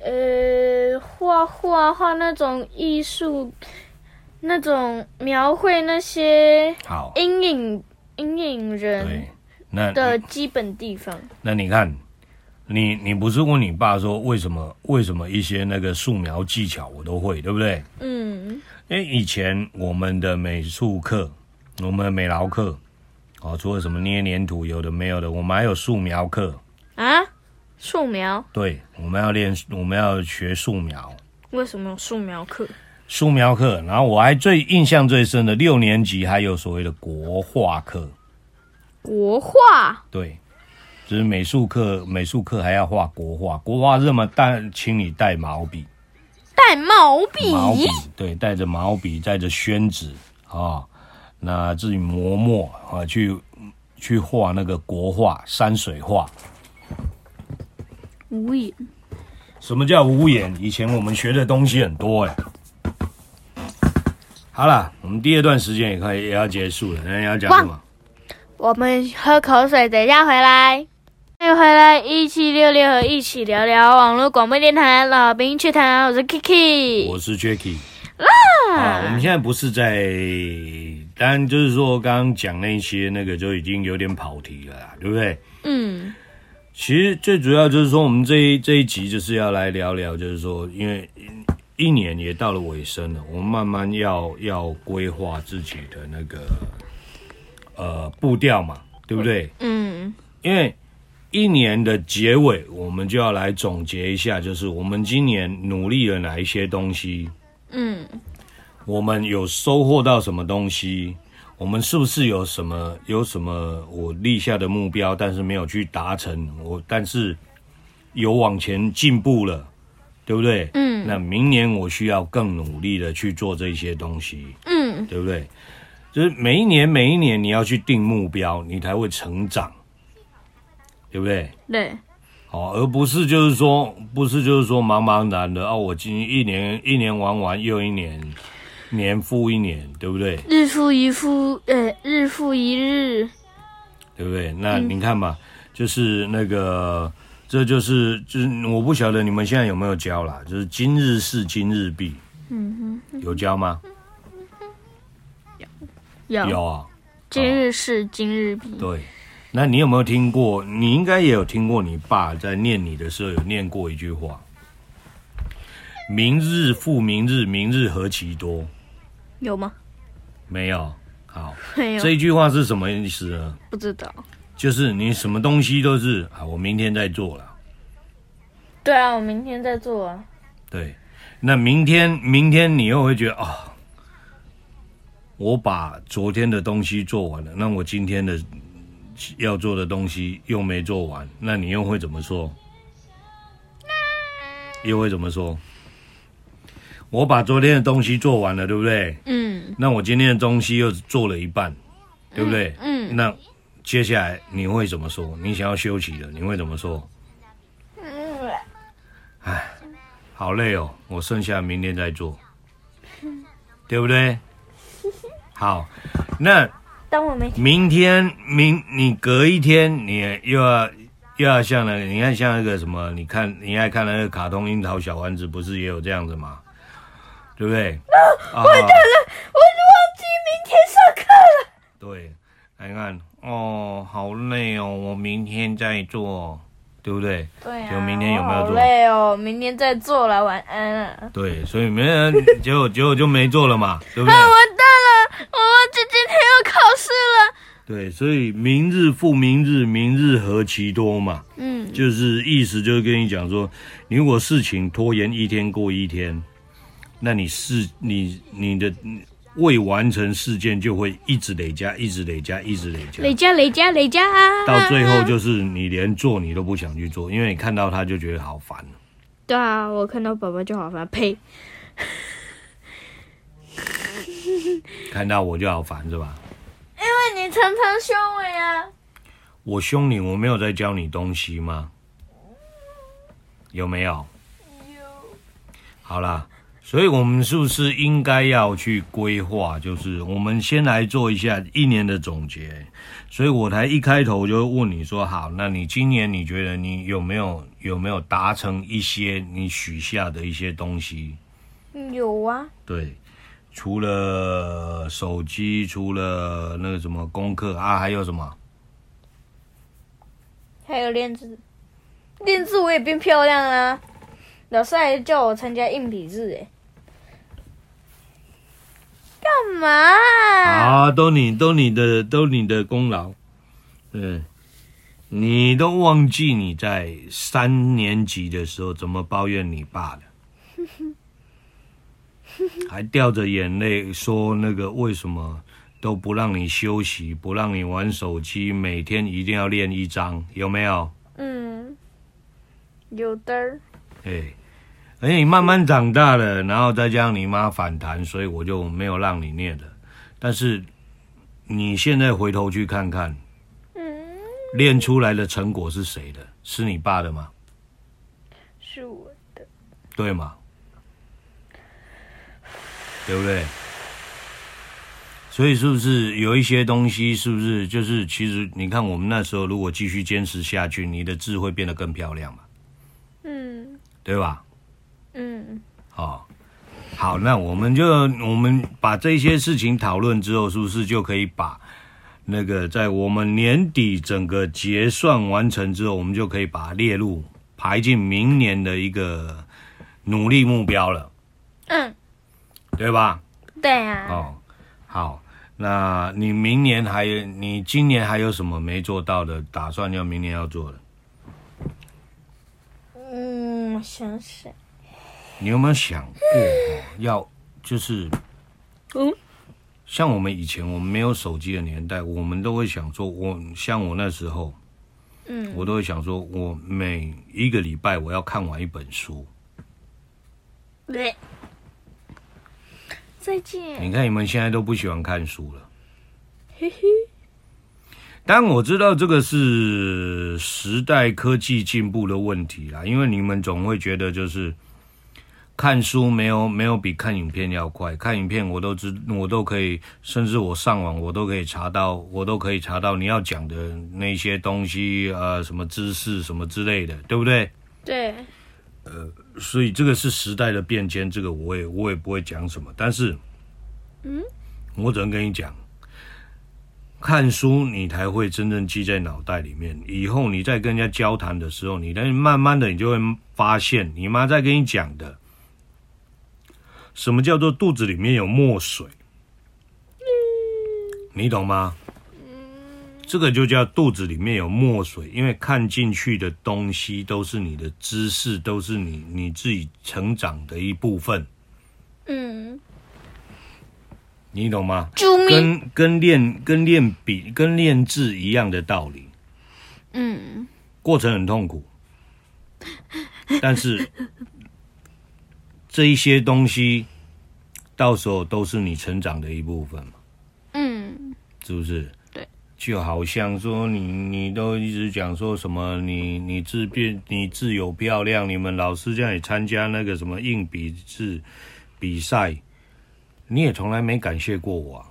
[SPEAKER 1] 呃，画画画那种艺术，那种描绘那些
[SPEAKER 2] 好，
[SPEAKER 1] 阴影阴影人
[SPEAKER 2] 对，那
[SPEAKER 1] 的基本地方。
[SPEAKER 2] 那你看，你你不是问你爸说为什么为什么一些那个素描技巧我都会，对不对？
[SPEAKER 1] 嗯
[SPEAKER 2] 因为哎以前我们的美术课，我们的美劳课，哦，除了什么捏黏土，有的没有的，我们还有素描课。
[SPEAKER 1] 啊，素描
[SPEAKER 2] 对，我们要练，我们要学素描，
[SPEAKER 1] 为什么有素描课？
[SPEAKER 2] 素描课。然后我还最印象最深的，六年级还有所谓的国画课，
[SPEAKER 1] 国画
[SPEAKER 2] 对，就是美术课，美术课还要画国画，国画这么带，请你带毛笔。
[SPEAKER 1] 带毛笔，
[SPEAKER 2] 毛笔，对，带着毛笔，带着宣纸啊、那自己磨墨啊，去去画那个国画、山水画。
[SPEAKER 1] 无眼
[SPEAKER 2] 什么叫无眼？以前我们学的东西很多哎、好了，我们第二段时间也快也要结束了，那你要讲什么？
[SPEAKER 1] 我们喝口水，等一下回来。欢迎回来，一七六六和一起聊聊网络广播电台老兵趣谈，我是 Kiki。
[SPEAKER 2] 我是 Jacky。啊，我们现在不是在，当然就是说刚刚讲那些那个就已经有点跑题了啦，对不对？
[SPEAKER 1] 嗯
[SPEAKER 2] 其实最主要就是说，我们这一这一集就是要来聊聊，就是说，因为一一年也到了尾声了，我们慢慢要要规划自己的那个呃步调嘛，对不对？
[SPEAKER 1] 嗯
[SPEAKER 2] 因为一年的结尾，我们就要来总结一下，就是我们今年努力了哪一些东西，
[SPEAKER 1] 嗯
[SPEAKER 2] 我们有收获到什么东西？我们是不是有什么有什么我立下的目标，但是没有去达成？我但是有往前进步了，对不对？
[SPEAKER 1] 嗯
[SPEAKER 2] 那明年我需要更努力的去做这些东西，
[SPEAKER 1] 嗯
[SPEAKER 2] 对不对？就是每一年每一年你要去定目标，你才会成长，对不对？
[SPEAKER 1] 对，
[SPEAKER 2] 哦，而不是就是说，不是就是说茫茫然的哦，我今一年一年玩完又一年，年复一年，对不对？
[SPEAKER 1] 日复一复，呃，日复一日。
[SPEAKER 2] 对不对？那你看嘛，就是那个，这就是就是我不晓得你们现在有没有教啦，就是今日事今日毕，
[SPEAKER 1] 嗯
[SPEAKER 2] 有教吗？
[SPEAKER 1] 嗯哼，有
[SPEAKER 2] 有啊，
[SPEAKER 1] 今日事今日毕。
[SPEAKER 2] 对。那你有没有听过？你应该也有听过，你爸在念你的时候有念过一句话：“明日复明日，明日何其多。
[SPEAKER 1] 有吗？”
[SPEAKER 2] 没有，好。
[SPEAKER 1] 没有
[SPEAKER 2] 这，一句话是什么意思呢？
[SPEAKER 1] 不知道。
[SPEAKER 2] 就是你什么东西都是啊，我明天再做了。
[SPEAKER 1] 对啊，我明天再做啊。
[SPEAKER 2] 对，那明天明天你又会觉得哦，我把昨天的东西做完了，那我今天的要做的东西又没做完，那你又会怎么说？又会怎么说？我把昨天的东西做完了，对不对？
[SPEAKER 1] 嗯
[SPEAKER 2] 那我今天的东西又做了一半，对不对？
[SPEAKER 1] 嗯
[SPEAKER 2] 那接下来你会怎么说？你想要休息了，你会怎么说？
[SPEAKER 1] 嗯，
[SPEAKER 2] 好累哦，我剩下明天再做，对不对？好，那
[SPEAKER 1] 当我没
[SPEAKER 2] 明天明你隔一天，你又要又要像那个，你看像那个什么，你看你爱看那个卡通樱桃小丸子，不是也有这样子吗？对不对？啊、
[SPEAKER 1] [LAUGHS] 我忘记明天上课了。
[SPEAKER 2] 对，来看哦，好累哦，我明天再做，对不对？
[SPEAKER 1] 对啊，
[SPEAKER 2] 就明天有没有
[SPEAKER 1] 我好
[SPEAKER 2] 做
[SPEAKER 1] 累哦，明天再做了，晚安啊。
[SPEAKER 2] 对，所以没人，结果结果就没做了
[SPEAKER 1] [LAUGHS]
[SPEAKER 2] 嘛，对不对？
[SPEAKER 1] 啊，完蛋了，我忘记今天要考试了。
[SPEAKER 2] 对，所以明日复明日，明日何其多嘛，
[SPEAKER 1] 嗯
[SPEAKER 2] 就是意思就是跟你讲说，你如果事情拖延一天过一天，那你事你你的未完成事件就会一直累加，一直累加，一直累加，
[SPEAKER 1] 累加累加累加啊！
[SPEAKER 2] 到最后就是你连做你都不想去做，因为你看到它就觉得好烦。
[SPEAKER 1] 对啊，我看到宝宝就好烦，呸！
[SPEAKER 2] 看到我就好烦是吧？
[SPEAKER 1] 因为你常常凶我呀。
[SPEAKER 2] 我凶你，我没有在教你东西吗？有没有？好啦，所以我们是不是应该要去规划？就是我们先来做一下一年的总结。所以我才一开头就问你说：好，那你今年你觉得你有没有有没有达成一些你许下的一些东西？
[SPEAKER 1] 有啊，
[SPEAKER 2] 对，除了手机，除了那个什么功课啊，还有什么？
[SPEAKER 1] 还有练字，练字我也变漂亮啦、老师还叫我参加硬笔字哎。干嘛啊？
[SPEAKER 2] 啊，都你都你的都你的功劳，嗯，你都忘记你在三年级的时候怎么抱怨你爸了，还掉着眼泪说那个为什么都不让你休息，不让你玩手机，每天一定要练一张，有没有？
[SPEAKER 1] 嗯，有的儿。
[SPEAKER 2] 哎，而且你慢慢长大了，然后再加上你妈反弹，所以我就没有让你念了。但是你现在回头去看看，
[SPEAKER 1] 嗯，
[SPEAKER 2] 练出来的成果是谁的？是你爸的吗？
[SPEAKER 1] 是我。
[SPEAKER 2] 对吗？对不对？所以是不是有一些东西，是不是就是其实你看我们那时候如果继续坚持下去，你的字会变得更漂亮嘛？
[SPEAKER 1] 嗯
[SPEAKER 2] 对吧？
[SPEAKER 1] 嗯，
[SPEAKER 2] 哦，好，那我们就我们把这些事情讨论之后，是不是就可以把那个在我们年底整个结算完成之后，我们就可以把它列入排进明年的一个努力目标了，
[SPEAKER 1] 嗯，
[SPEAKER 2] 对吧？
[SPEAKER 1] 对啊。
[SPEAKER 2] 哦，好，那你明年还有你今年还有什么没做到的？打算要明年要做的？
[SPEAKER 1] 嗯，我想想。
[SPEAKER 2] 你有没有想过哦要就是
[SPEAKER 1] 嗯
[SPEAKER 2] 像我们以前我们没有手机的年代，我们都会想说，我像我那时候，
[SPEAKER 1] 嗯
[SPEAKER 2] 我都会想说，我每一个礼拜我要看完一本书。
[SPEAKER 1] 对。再见。
[SPEAKER 2] 你看你们现在都不喜欢看书了，
[SPEAKER 1] 嘿嘿。
[SPEAKER 2] 但我知道这个是时代科技进步的问题啦，因为你们总会觉得就是看书没有没有比看影片要快，看影片我都知我都可以，甚至我上网我都可以查到，我都可以查到你要讲的那些东西，呃，什么知识什么之类的，对不对？
[SPEAKER 1] 对。
[SPEAKER 2] 所以这个是时代的变迁，这个我也我也不会讲什么，但是，
[SPEAKER 1] 嗯，
[SPEAKER 2] 我只能跟你讲，看书你才会真正记在脑袋里面，以后你在跟人家交谈的时候，你但慢慢的你就会发现，你妈在跟你讲的，什么叫做肚子里面有墨水，你懂吗？这个就叫肚子里面有墨水，因为看进去的东西都是你的知识，都是你你自己成长的一部分，
[SPEAKER 1] 嗯
[SPEAKER 2] 你懂吗？
[SPEAKER 1] 救命！
[SPEAKER 2] 跟跟练跟练笔跟练字一样的道理，
[SPEAKER 1] 嗯，
[SPEAKER 2] 过程很痛苦，但是这一些东西到时候都是你成长的一部分嘛，
[SPEAKER 1] 嗯，
[SPEAKER 2] 是不是？
[SPEAKER 1] 对，
[SPEAKER 2] 就好像说你你都一直讲说什么你你字变你字有漂亮，你们老师叫你参加那个什么硬笔字比赛，你也从来没感谢过我、啊，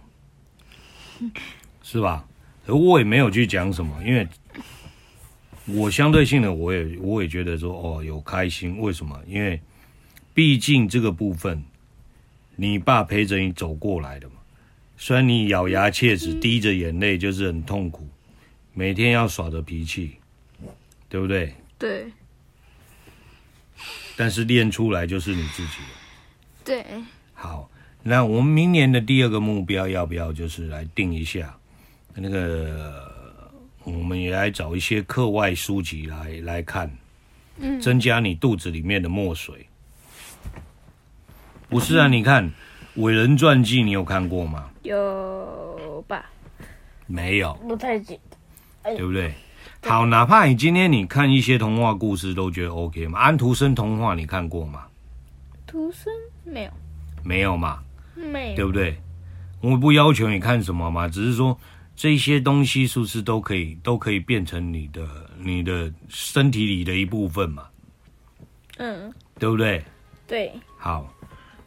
[SPEAKER 2] 是吧？而我也没有去讲什么，因为我相对性的我也我也觉得说哦有开心，为什么？因为毕竟这个部分，你爸陪着你走过来的嘛。虽然你咬牙切齿、滴着眼泪，就是很痛苦，每天要耍着脾气，对不对？
[SPEAKER 1] 对
[SPEAKER 2] 但是练出来就是你自己的。
[SPEAKER 1] 对，
[SPEAKER 2] 好，那我们明年的第二个目标要不要就是来定一下？那个，我们也来找一些课外书籍来来看，
[SPEAKER 1] 嗯
[SPEAKER 2] 增加你肚子里面的墨水。不是啊，你看《伟人传记》，你有看过吗？
[SPEAKER 1] 有吧？
[SPEAKER 2] 没有。
[SPEAKER 1] 不太记得。 [LAUGHS]
[SPEAKER 2] 对不对？好，哪怕你今天你看一些童话故事都觉得 OK 嘛，安徒生童话你看过吗？
[SPEAKER 1] 图生没有，
[SPEAKER 2] 没有嘛，
[SPEAKER 1] 没
[SPEAKER 2] 对
[SPEAKER 1] 有，
[SPEAKER 2] 不对？我不要求你看什么嘛，只是说这些东西是不是都可以都可以变成你的你的身体里的一部分嘛，
[SPEAKER 1] 嗯，
[SPEAKER 2] 对不对？
[SPEAKER 1] 对，
[SPEAKER 2] 好，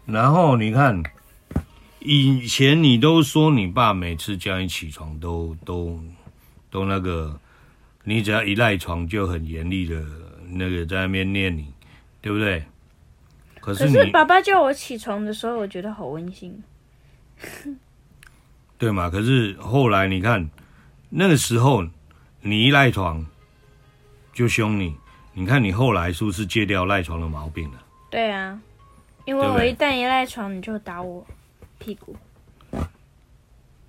[SPEAKER 2] 然后你看，以前你都说你爸每次叫你起床都都都那个，你只要一赖床就很严厉的那个在那边念你，对不对？可
[SPEAKER 1] 可
[SPEAKER 2] 是
[SPEAKER 1] 是
[SPEAKER 2] 你
[SPEAKER 1] 爸爸叫我起床的时候，我觉得好温馨。
[SPEAKER 2] 对嘛？可是后来你看，那个时候你一赖床就凶你，你看你后来是不是戒掉赖床的毛病了？
[SPEAKER 1] 对啊，因为
[SPEAKER 2] 对不
[SPEAKER 1] 我
[SPEAKER 2] 对
[SPEAKER 1] 一旦一赖床，你就打我屁股。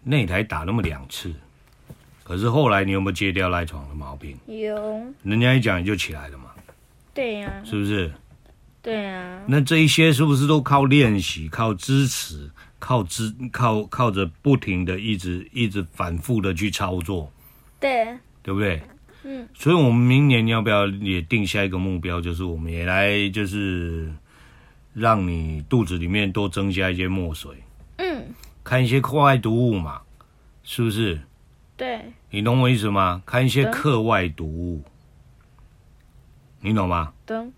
[SPEAKER 2] 那你才打那么两次，可是后来你有没有戒掉赖床的毛病？
[SPEAKER 1] 有，
[SPEAKER 2] 人家一讲你就起来了嘛，
[SPEAKER 1] 对呀、
[SPEAKER 2] 是不是？
[SPEAKER 1] 对呀、
[SPEAKER 2] 那这一些是不是都靠练习、靠支持、靠支、靠靠着不停的一直一直反复的去操作，
[SPEAKER 1] 对，
[SPEAKER 2] 对不对？
[SPEAKER 1] 嗯。
[SPEAKER 2] 所以，我们明年要不要也定下一个目标，就是我们也来，就是让你肚子里面多增加一些墨水，
[SPEAKER 1] 嗯，
[SPEAKER 2] 看一些课外读物嘛，是不是？
[SPEAKER 1] 对，
[SPEAKER 2] 你懂我意思吗？看一些
[SPEAKER 1] 懂
[SPEAKER 2] 课外读物，你懂吗？
[SPEAKER 1] 等，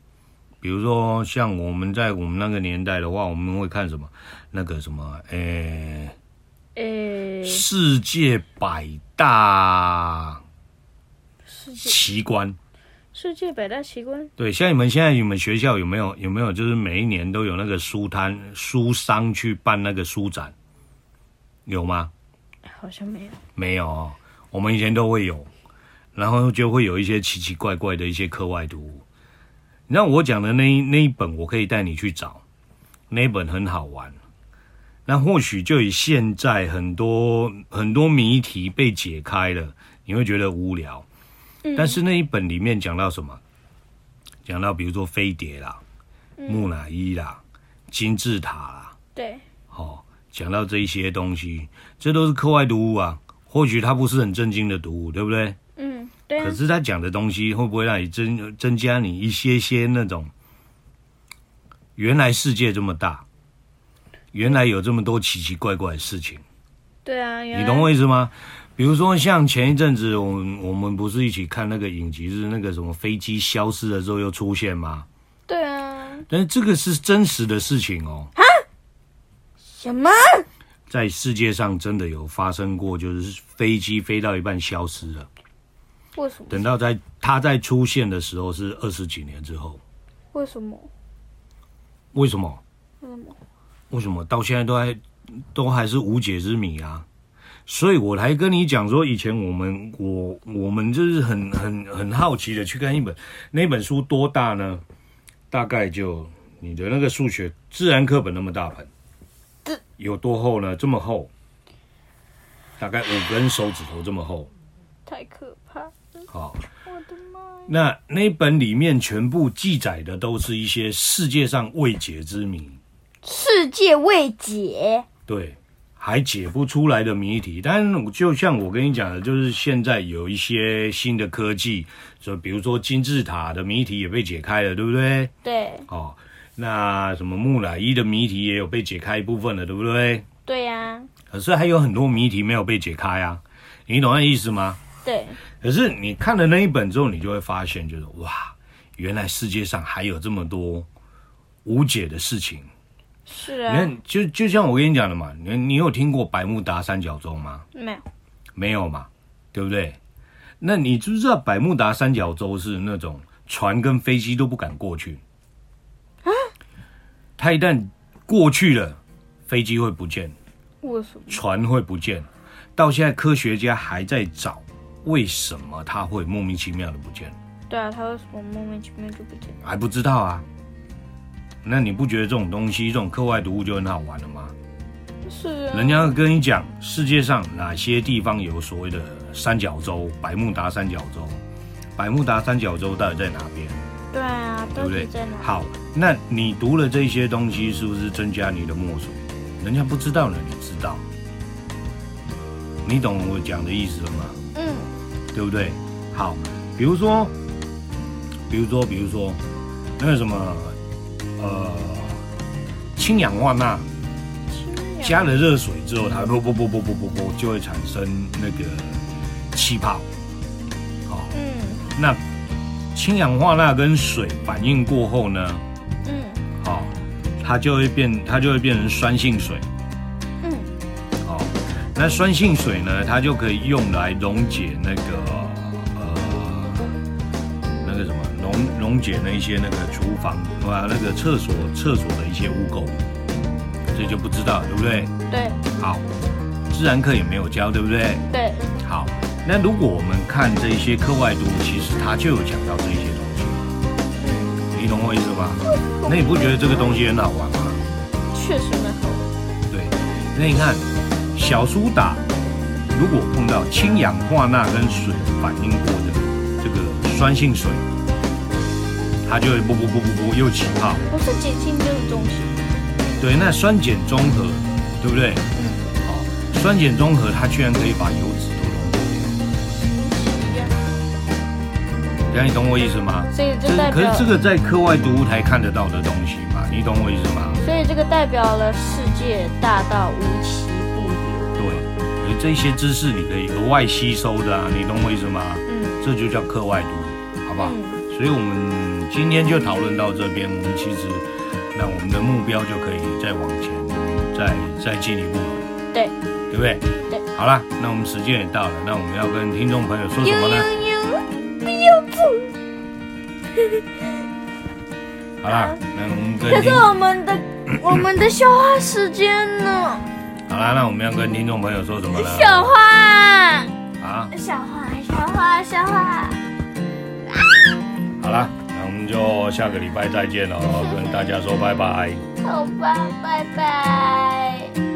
[SPEAKER 2] 比如说，像我们在我们那个年代的话，我们会看什么？那个什么，诶、
[SPEAKER 1] 诶、
[SPEAKER 2] 世界百大
[SPEAKER 1] 世界
[SPEAKER 2] 奇观。
[SPEAKER 1] 世界百大奇观，
[SPEAKER 2] 对，像你们现在你们学校有没有有没有就是每一年都有那个书摊书商去办那个书展，有吗？
[SPEAKER 1] 好像没有。
[SPEAKER 2] 没有哦，我们以前都会有，然后就会有一些奇奇怪怪的一些课外读物。那我讲的那一那一本，我可以带你去找，那一本很好玩。那或许就以现在很多很多谜题被解开了，你会觉得无聊。但是那一本里面讲到什么？讲到比如说飞碟啦、木乃伊啦、金字塔啦，
[SPEAKER 1] 对，
[SPEAKER 2] 哦，讲到这一些东西，这都是课外读物啊。或许它不是很正经的读物，对不对？
[SPEAKER 1] 嗯，对啊
[SPEAKER 2] 可，是他讲的东西会不会让你增增加你一些些那种，原来世界这么大，原来有这么多奇奇怪怪的事情，
[SPEAKER 1] 对啊，原
[SPEAKER 2] 你
[SPEAKER 1] 来
[SPEAKER 2] 懂我意思吗？比如说像前一阵子我们我们不是一起看那个影集，是那个什么飞机消失了之后又出现吗？
[SPEAKER 1] 对啊，
[SPEAKER 2] 但是这个是真实的事情哦。
[SPEAKER 1] 什么？
[SPEAKER 2] 在世界上真的有发生过，就是飞机飞到一半消失了，
[SPEAKER 1] 为什么？
[SPEAKER 2] 等到在它再出现的时候是二十几年之后，
[SPEAKER 1] 为什么？
[SPEAKER 2] 为什么？
[SPEAKER 1] 为什么？
[SPEAKER 2] 为什么到现在都还都还是无解之谜啊？所以我才跟你讲说，以前我们我我们就是很很很好奇的去看一本那本书多大呢？大概就你的那个数学自然课本那么大本，有多厚呢？这么厚，大概五根手指头这么厚。
[SPEAKER 1] 太可怕！
[SPEAKER 2] 好，
[SPEAKER 1] 我的妈！
[SPEAKER 2] 那那本里面全部记载的都是一些世界上未解之谜，
[SPEAKER 1] 世界未解，
[SPEAKER 2] 对，还解不出来的谜题。但就像我跟你讲的，就是现在有一些新的科技，就比如说金字塔的谜题也被解开了，对不对？
[SPEAKER 1] 对
[SPEAKER 2] 哦，那什么木乃伊的谜题也有被解开一部分了，对不对？
[SPEAKER 1] 对呀、
[SPEAKER 2] 可是还有很多谜题没有被解开啊，你懂那意思吗？
[SPEAKER 1] 对
[SPEAKER 2] 可是你看了那一本之后，你就会发现，就是哇，原来世界上还有这么多无解的事情。
[SPEAKER 1] 是
[SPEAKER 2] 你
[SPEAKER 1] 啊，
[SPEAKER 2] 看，就就像我跟你讲的嘛，你你有听过百慕达三角洲吗？
[SPEAKER 1] 没有
[SPEAKER 2] 没有嘛，对不对？那你知不知道百慕达三角洲是那种船跟飞机都不敢过去？
[SPEAKER 1] 啊
[SPEAKER 2] 它一旦过去了，飞机会不见，
[SPEAKER 1] 为什么？
[SPEAKER 2] 船会不见。到现在，科学家还在找为什么它会莫名其妙的不见。
[SPEAKER 1] 对啊，他为什么莫名其妙就不见？
[SPEAKER 2] 还不知道啊。那你不觉得这种东西，这种课外读物就很好玩了吗？
[SPEAKER 1] 是啊，
[SPEAKER 2] 人家跟你讲世界上哪些地方有所谓的三角洲，百慕达三角洲，百慕达三角洲到底在哪边，
[SPEAKER 1] 对啊，
[SPEAKER 2] 对
[SPEAKER 1] 到
[SPEAKER 2] 不
[SPEAKER 1] 底
[SPEAKER 2] 对
[SPEAKER 1] 在？哪？
[SPEAKER 2] 好，那你读了这些东西，是不是增加你的墨水？人家不知道了，你知道？你懂我讲的意思了吗？
[SPEAKER 1] 嗯，
[SPEAKER 2] 对不对？好，比如说，比如说，比如说，那个什么，呃，氢氧化钠
[SPEAKER 1] 氢氧
[SPEAKER 2] 加了热水之后，它不不不不不不不就会产生那个气泡。好，
[SPEAKER 1] 嗯
[SPEAKER 2] 那氢氧化钠跟水反应过后呢，
[SPEAKER 1] 嗯
[SPEAKER 2] 好，它就会变，它就会变成酸性水。
[SPEAKER 1] 嗯，
[SPEAKER 2] 哦，那酸性水呢，它就可以用来溶解那个呃那个什么溶溶解那一些那个厨房啊那个厕所厕所的一些污垢，这就不知道对不对？
[SPEAKER 1] 对
[SPEAKER 2] 好，自然课也没有教对不对？
[SPEAKER 1] 对，
[SPEAKER 2] 好，那如果我们看这一些课外读物，其实它就有讲到这一些东西，
[SPEAKER 1] 嗯，
[SPEAKER 2] 你懂我意思吗？那你不觉得这个东西很好玩吗？
[SPEAKER 1] 确实蛮好玩。
[SPEAKER 2] 对，那你看小苏打，如果碰到氢氧化钠跟水反应过的这个酸性水，它就会不不不不不又起泡。
[SPEAKER 1] 不是碱性这个东西，
[SPEAKER 2] 对，那酸碱中和，对不对？
[SPEAKER 1] 嗯，
[SPEAKER 2] 好，酸碱中和它居然可以把油脂都溶解
[SPEAKER 1] 一样。
[SPEAKER 2] 掉，这样你懂我意思吗？
[SPEAKER 1] 所以
[SPEAKER 2] 这
[SPEAKER 1] 这代
[SPEAKER 2] 可是
[SPEAKER 1] 表，
[SPEAKER 2] 这个在课外读物台看得到的东西嘛，你懂我意思吗？
[SPEAKER 1] 所以这个代表了世界大到无奇不有。
[SPEAKER 2] 对，所以这些知识你可以额外吸收的啊，你懂我意思吗？
[SPEAKER 1] 嗯
[SPEAKER 2] 这就叫课外读物，好不好？
[SPEAKER 1] 嗯，
[SPEAKER 2] 所以我们今天就讨论到这边，我们其实那我们的目标就可以再往前，再再进一步了，
[SPEAKER 1] 对，
[SPEAKER 2] 对不对？
[SPEAKER 1] 对。
[SPEAKER 2] 好啦，那我们时间也到了，那我们要跟听众朋友说什么呢？
[SPEAKER 1] 呦，不要走。
[SPEAKER 2] 好啦，那我们
[SPEAKER 1] 可是
[SPEAKER 2] 跟听
[SPEAKER 1] 我们
[SPEAKER 2] 哎
[SPEAKER 1] 的我们的笑话时间呢？
[SPEAKER 2] 好啦，那我们要跟听众朋友说什么呢？
[SPEAKER 1] 笑话，
[SPEAKER 2] 啊，
[SPEAKER 1] 笑话，笑话，笑话。
[SPEAKER 2] 好啦，那我们就下
[SPEAKER 1] [LAUGHS]
[SPEAKER 2] 个礼拜再见喽，跟大家说拜拜。
[SPEAKER 1] 好吧，拜拜。